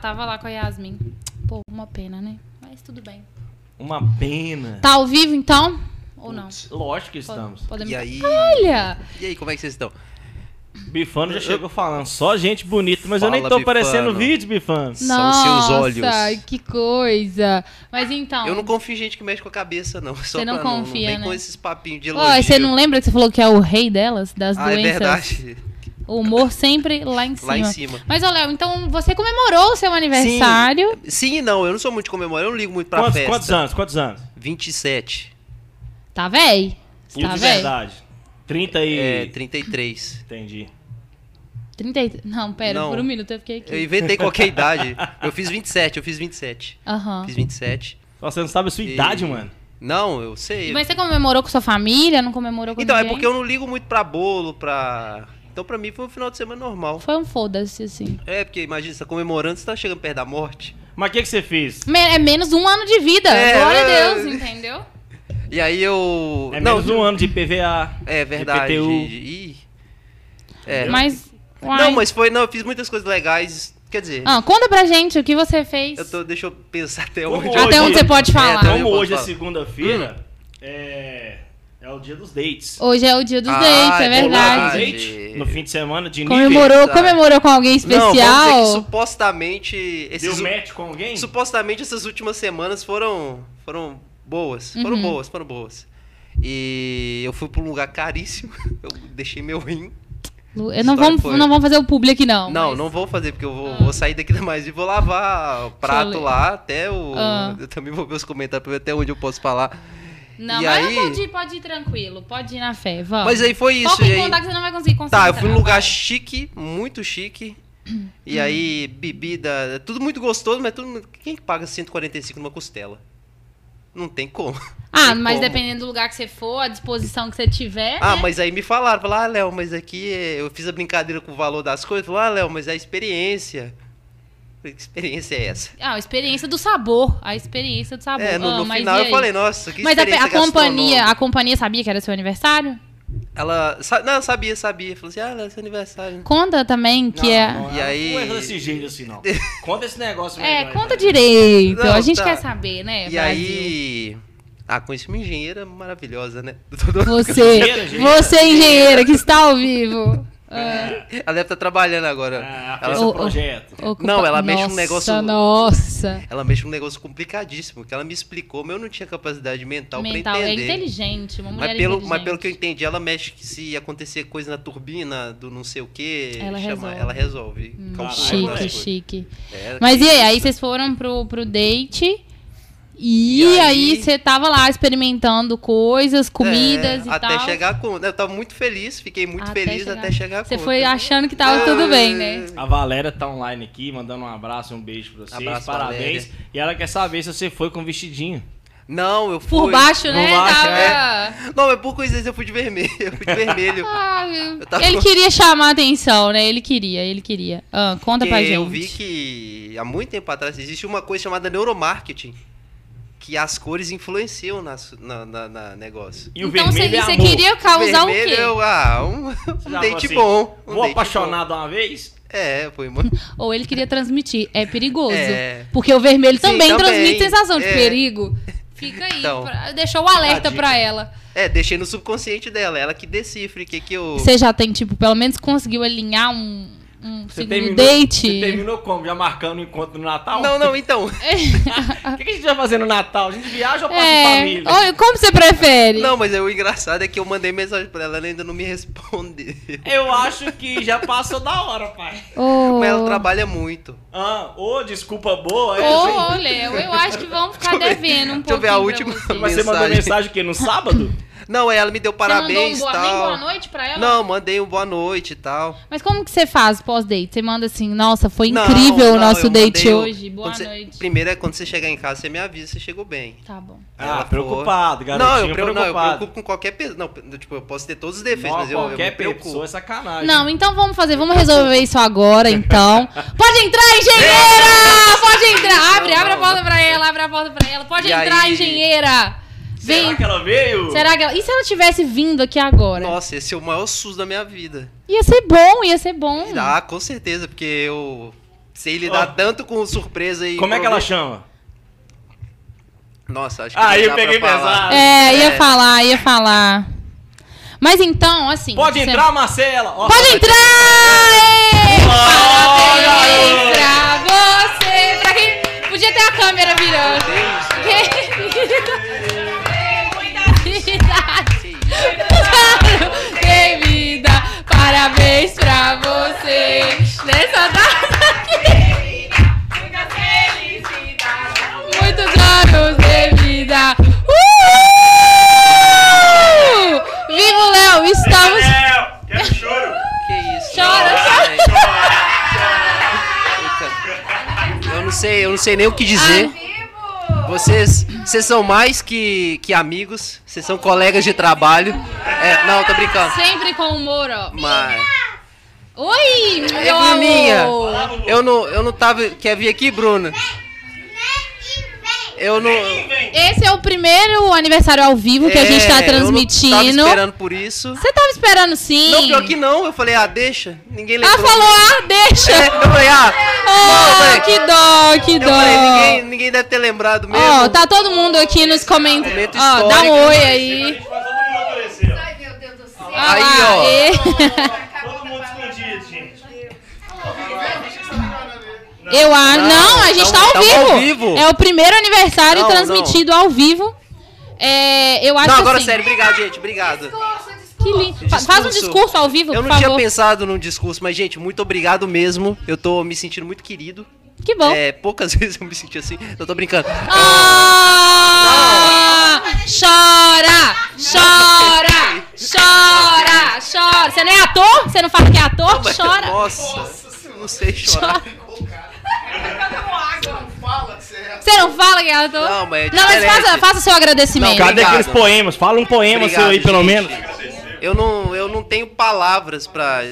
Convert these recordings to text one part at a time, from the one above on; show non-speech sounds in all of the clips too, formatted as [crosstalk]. Tava lá com a Yasmin. Pô, uma pena, né? Mas tudo bem. Uma É. pena. Tá ao vivo então? Ou não? Putz, Lógico que estamos. Podemos. E aí, Olha! e aí, como é que vocês estão? Bifano já chegou falando, só gente bonita, mas eu nem tô Fala, aparecendo no Bifano. vídeo, Bifano. São seus olhos. Nossa, que coisa. Mas então. Eu não confio em gente que mexe com a cabeça, não. Só Você não pra confia, não vem né? com esses papinhos de Ó, elogio. você não lembra que você falou que é o rei delas, das ah, doenças? é verdade. O humor sempre lá em cima. Lá em cima. Mas, ô, Léo, então você comemorou o seu aniversário. Sim e não, eu não sou muito de comemorar, eu não ligo muito pra Quantos, festa. quantos anos? Quantos anos? 27. Tá véi? Você E o Tá de véi? verdade? 30 e. É, 33. Entendi. 30 e... Não, pera, Não. por um minuto eu fiquei Eu aqui. inventei qualquer [laughs] idade. Eu fiz 27, eu fiz 27. Aham. Fiz 27. Nossa, Você não sabe a sua E- idade, mano. Não, eu sei. Mas você comemorou com sua família? Não comemorou com Então, é ninguém? porque eu não ligo muito pra bolo, pra. Então, pra mim, foi um final de semana normal. Foi um foda-se, assim. É, porque imagina, você tá comemorando, você tá chegando perto da morte. Mas o que, que você fez? Me- É menos um ano de vida. É, Glória a é. Deus, entendeu? E aí eu. É não, menos um ano de Ah. PVA. É verdade. IPTU. Ih. É. Mas. Uai. Não, mas foi. Não, eu fiz muitas coisas legais. Quer dizer, Ah, conta pra gente o que você fez. eu tô, deixa eu pensar até Como onde. Até Hoje- onde você pode falar. até onde- Como eu posso hoje é falar. Hum? segunda-feira, é. É o dia dos dates. Hoje é o dia dos Ah, dates, é é verdade. verdade. Date, no fim de semana, de nível. Comemorou, Verdade. comemorou com alguém Não, vamos dizer que especial? supostamente. Deu Esses, match com alguém? supostamente essas últimas semanas foram. Foram boas. Uhum. Foram boas, foram boas. E eu fui pra um lugar caríssimo. [laughs] Eu deixei meu rim. Lu- eu não História vamos, foi- não vamos fazer o público aqui, não. Não, mas- Ah. não vou fazer, porque eu vou, vou sair daqui da mais e vou lavar o prato ler. lá até o. Ah. Eu também vou ver os comentários pra ver até onde eu posso falar. Não, E mas aí- pode, ir, pode ir tranquilo, pode ir na fé, vamos. Mas aí foi isso. Foca e em aí- contar Ah. que você não vai conseguir concentrar. Tá, eu fui num lugar vai. chique, muito chique. Hum. E aí, bebida, tudo muito gostoso, mas tudo. Quem que paga 145 numa costela? Não tem como. Ah, Tem mas como. dependendo do lugar que você for, a disposição que você tiver, Ah, né? mas aí me falaram, falaram, ah, Léo, mas aqui é- eu fiz a brincadeira com o valor das coisas. Falaram, ah, Léo, mas é a experiência. Falei, Que experiência é essa? Ah, a experiência do sabor, a experiência do sabor. é, no, Ah, no mas final e eu aí? falei, nossa, que Mas a, pe- experiência a companhia, gastronômica. a companhia sabia que era seu aniversário? Ela. sa- Não, sabia, sabia. Falou assim, ah, Léo, seu aniversário. Conta também que Não, é. não, E aí- Não é desse jeito assim, [laughs] não. Conta esse negócio É, melhor, conta então. direito. Não, a gente tá. quer saber, né? e Brasil? aí. Ah, conheci uma engenheira maravilhosa, né? [laughs] Todo- Você, Engenheira, você engenheira que está ao vivo. É. Ah, Ela deve estar trabalhando agora. Ah, ela, tá fez um Ô, ô. projeto. ocupa- Não, ela mexe nossa, um negócio- Nossa. ela mexe num negócio complicadíssimo, que ela me explicou, mas eu não tinha capacidade mental, Mental um pra é entender. inteligente, uma mulher mas, pelo, inteligente. mas pelo que eu entendi, ela mexe que se acontecer coisa na turbina do não sei o que, Ela resolve. Hum, ela resolve. calcula Caralho, as Chique, coisas. chique. É, Mas e aí? Aí vocês foram pro, pro date. E, E aí aí- você tava lá experimentando coisas, comidas e é, até tal. chegar a conta. Eu tava muito feliz, fiquei muito Até feliz chegar- até chegar a Você conta. Ah, foi achando que tava tudo bem, né? A Valéria tá online aqui, mandando um abraço, um beijo pra vocês. Abraço, parabéns. E ela quer saber se você foi com vestidinho. Não, eu fui. Por baixo, Por né? baixo, tava... Não, é por coincidência, eu fui de vermelho. Eu fui de [laughs] vermelho. Ah, eu- Eu tava- Ele queria chamar a atenção, né? Ele queria, ele queria. Ah, conta pra Porque gente. eu vi que há muito tempo atrás existe uma coisa chamada neuromarketing. Que as cores influenciam na, su- na, na- na negócio. E o então vermelho é você amor. queria causar Vermelho, o quê? eu- [laughs] ah, um, um Você já falou date assim, bom. Um Vou date apaixonar de uma vez? bom. É, foi muito. Ou ele queria transmitir. É perigoso. É. Porque o vermelho Sim, também, também. transmite sensação de É. perigo. Fica aí. Então, pra- Deixou o alerta a dica. pra ela. É, deixei no subconsciente dela. Ela que decifre o que que eu. Você já tem, tipo, pelo menos conseguiu alinhar um, um segundo Você date? terminou como? Já marcando o encontro no Natal? Não, não, então. [laughs] O que que a gente vai fazer no Natal? A gente viaja ou passa em É. família? Olha, como você prefere? Não, mas é, o engraçado é que eu mandei mensagem pra ela, ela ainda não me [laughs] respondeu. Eu acho que já passou da hora, pai. Ô, Mas ela trabalha muito. Ah, ô, desculpa boa. Ô, é, ô, Léo, eu acho que vamos ficar devendo um pouquinho Deixa eu ver a pra última. [laughs] você. Mas você mandou mensagem o quê? No sábado? Não, ela me deu parabéns você e mandou um boa, nem boa tal. noite pra ela? Não, mandei um boa noite e tal. Mas como que você faz pós-date? Você manda assim, nossa, foi Não, incrível o não, nosso eu date mandei o- hoje. Boa quando você- noite. primeiro é quando você chegar em casa, você me avisa, você chegou bem. Tá bom. Ela Ah, for- preocupado, não, garotinho eu preo- não, eu preocupado. preocupo com qualquer pessoa. Não, eu, tipo, eu posso ter todos os defeitos, Não, mas eu, eu me qualquer preocupo. pessoa é sacanagem. Não, então vamos fazer, vamos resolver isso agora, então. Pode entrar, engenheira! Pode entrar! Abre, Não, abre a não. porta pra ela, abre a porta pra ela. Pode E entrar, aí? engenheira! Será Vem! que ela veio? Será que ela... E se ela tivesse vindo aqui agora? Nossa, esse é o maior SUS da minha vida. Ia ser bom, ia ser bom. Ah, com certeza, porque eu Sei lidar Ó. tanto com surpresa e. Como é que ela improviso. chama? Nossa, acho que. Aí não eu dá pra peguei falar. pesado. É, ia falar, ia falar. Mas então, assim. Pode você- entrar, Marcela! Ó, Pode entrar! Ei! Parabéns Olha pra você! Pra quem. Podia ter a câmera virando. Bem-vinda! Parabéns pra você! Nessa data aqui! Muitos anos de vida! Uhul! Uh! Vivo, Léo! Estamos. É, quero choro! Que é isso? né? Chora, nossa, velho. Puta. Eu não sei, eu não sei nem o que dizer. Vocês, vocês são mais que, que amigos, vocês são colegas de trabalho. É, não, tô brincando. Sempre com humor, ó. Mas Oi, É meu Bruninha. amor! eu não, eu não tava, quer vir aqui, Bruna? Eu não Esse é o primeiro aniversário ao vivo que a gente tá é, Eu não transmitindo. tava esperando por isso. Você tava esperando sim. Não, pior que não, eu falei, ah, deixa. Ninguém Ela lembrou. falou, ah, deixa. [laughs] É, eu falei, ah, não, eu Ah, falei, que dó, que eu falei, ninguém, dó. ninguém deve ter lembrado mesmo. Ó, tá todo mundo aqui nos comentários. Momento Ó, dá um histórico. oi aí. Vai todo mundo aparecer, ó. Meu Deus do céu. Ah Aí, lá, ó. e- Todo mundo escondido, gente. Eu ah, Não, não, a gente tá ao, tamo- tamo vivo. ao vivo. É o primeiro aniversário Não, transmitido ao vivo. É, eu acho Não, agora assim, sério, obrigado, gente, obrigado. Que lindo. Fa- Faz um Discurso. discurso ao vivo, Eu por não tinha favor. pensado num discurso, mas, gente, muito obrigado mesmo. Eu tô me sentindo muito querido. Que bom. É, poucas [laughs] vezes eu me senti assim. Eu tô brincando. Ah! Chora! Chora! Chora! Chora! Você não é ator? Você não fala que é ator? Mas, Chora! Nossa, eu não sei Chora! chorar. Você não fala que é ator? Não, mas é Não, mas diferente. faça, faça o seu agradecimento. Não, Cadê Obrigado. aqueles poemas? Fala um poema Obrigado, seu aí, pelo gente. menos. Eu não, eu não tenho palavras pra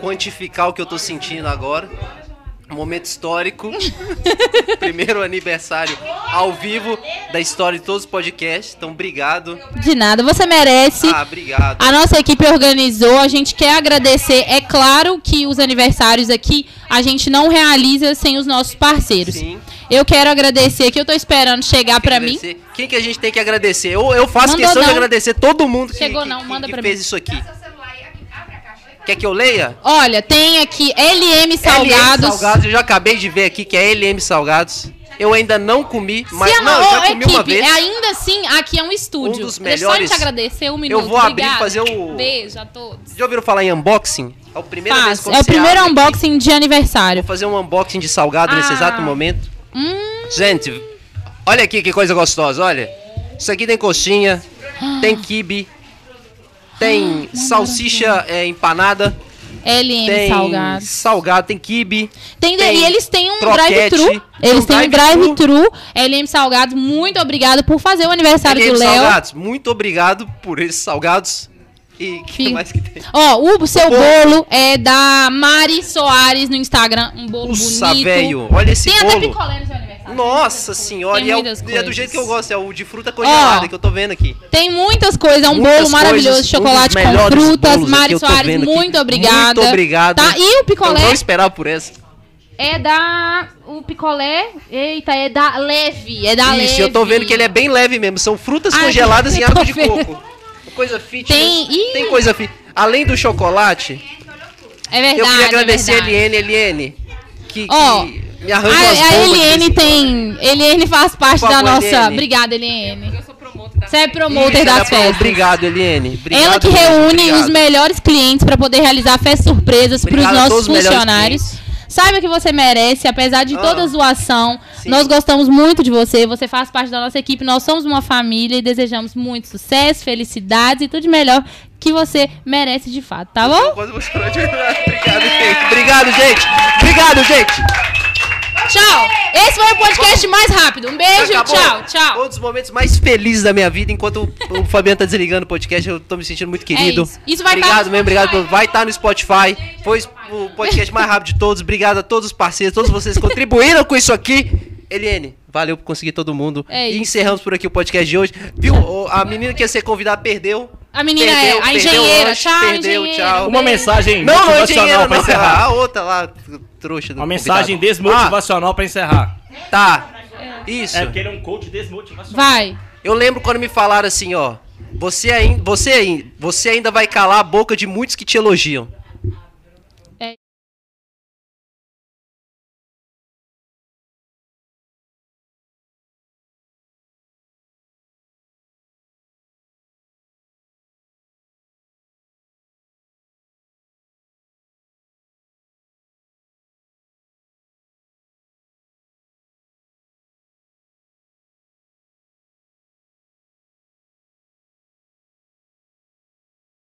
quantificar o que eu tô sentindo agora. Momento [laughs] histórico. Primeiro aniversário ao vivo da história de todos os podcasts. Então, obrigado. De nada, você merece. Ah, obrigado. A nossa equipe organizou, a gente quer agradecer. É claro que os aniversários aqui a gente não realiza sem os nossos parceiros. Sim. Eu quero agradecer, que eu tô esperando chegar pra mim. agradecer. Quem que a gente tem que agradecer? Eu, eu faço Mandou questão de não. agradecer todo mundo que, Chegou que- não, que- manda que pra fez mim. isso aqui. Quer que eu leia? Olha, tem aqui LM LM Salgados. Salgados, eu já acabei de ver aqui que é LM Salgados. Eu ainda não comi, mas Se não, não, eu já a comi uma vez. equipe, é ainda assim, aqui é um estúdio. Um dos Só a melhores. gente agradecer um minuto. vou abrir e obrigada. fazer o- Beijo a todos. Já ouviram falar em unboxing? É o primeiro Faz, É o primeiro né, unboxing de aniversário. Vou fazer um unboxing de salgado nesse Ah. exato momento. Hum, Gente, olha aqui que coisa gostosa, olha. Isso aqui tem coxinha, tem quibe, Ah, tem salsicha é, empanada, LM tem salgado. Salgados. tem quibe. Tem, Tem e eles têm um croquete, drive-thru. tem Eles um têm um drive-thru. drive-thru. LM Salgados, muito obrigada por fazer o aniversário Guilherme do Léo. Salgados, muito obrigado por esses salgados. E que Fica- mais que tem? Ó, o seu bolo. bolo é da Mari Soares no Instagram. Um bolo Nossa, bonito. velho, olha esse Tem até bolo. picolé no seu aniversário. Nossa senhora, Tem e é, o- muitas e é do coisas. jeito que eu gosto, é o de fruta congelada Ó. que eu tô vendo aqui. Tem muitas coisas, é um Muitas bolo maravilhoso, coisas, chocolate um dos com melhores frutas. bolos aqui, Mari eu tô Soares, vendo aqui. muito obrigada. Muito obrigado. Tá? E o Eu não picolé esperava por essa. é da. O picolé, eita, é da Leve. É da Leve. Isso, eu tô vendo que ele é bem leve mesmo. São frutas Ai, congeladas em eu água tô de vendo. coco. Coisa fit. né? Tem- Ih. tem coisa fit. Além do chocolate, É verdade. eu queria agradecer é a verdade. Eliene, Eliene, que, Ó, que me arranja umas A, a bombas de vez em Eliene quando. tem. Eliene faz parte Por da favor, nossa. Eliene. Obrigada, Eliene. Eu sou promotor da Você é Isso, promoter ela das falou, festas. Obrigado, Eliene. Obrigado Ela que mesmo, reúne obrigado. os melhores clientes para poder realizar festas surpresas para os Obrigado a nossos todos os melhores funcionários. Saiba que você merece, apesar de Ah. toda a zoação. Sim. Nós gostamos muito de você, você faz parte da nossa equipe, nós somos uma família e desejamos muito sucesso, felicidades e tudo de melhor que você merece de fato, tá bom? Quase vou chorar de verdade. Obrigado, gente. Obrigado, gente. Obrigado, gente. Tchau! Esse foi o podcast mais rápido. Um beijo, Acabou. tchau, tchau. Um dos momentos mais felizes da minha vida. Enquanto o, o Fabiano tá desligando o podcast, eu tô me sentindo muito querido. É isso. Isso vai obrigado tá no mesmo, obrigado. pelo- Vai estar no Spotify. Foi o podcast mais rápido de todos. Obrigado a todos os parceiros, todos vocês que contribuíram com isso aqui. Eliane, valeu por conseguir todo mundo. É e isso. encerramos por aqui o podcast de hoje. Viu? O- A menina que ia ser convidada perdeu. A menina é Perdeu, a perdeu engenheira. lanche, tchau, perdeu, engenheira. tchau. Um Uma beijo. mensagem Não, não, motivacional engenheiro, pra não. encerrar. A outra lá. trouxa do Uma mensagem convidado. desmotivacional pra encerrar. Ah, tá. Isso. É porque ele é um coach desmotivacional. Vai. Eu lembro quando me falaram assim, ó. Você ainda, você, ainda, você ainda vai calar a boca de muitos que te elogiam.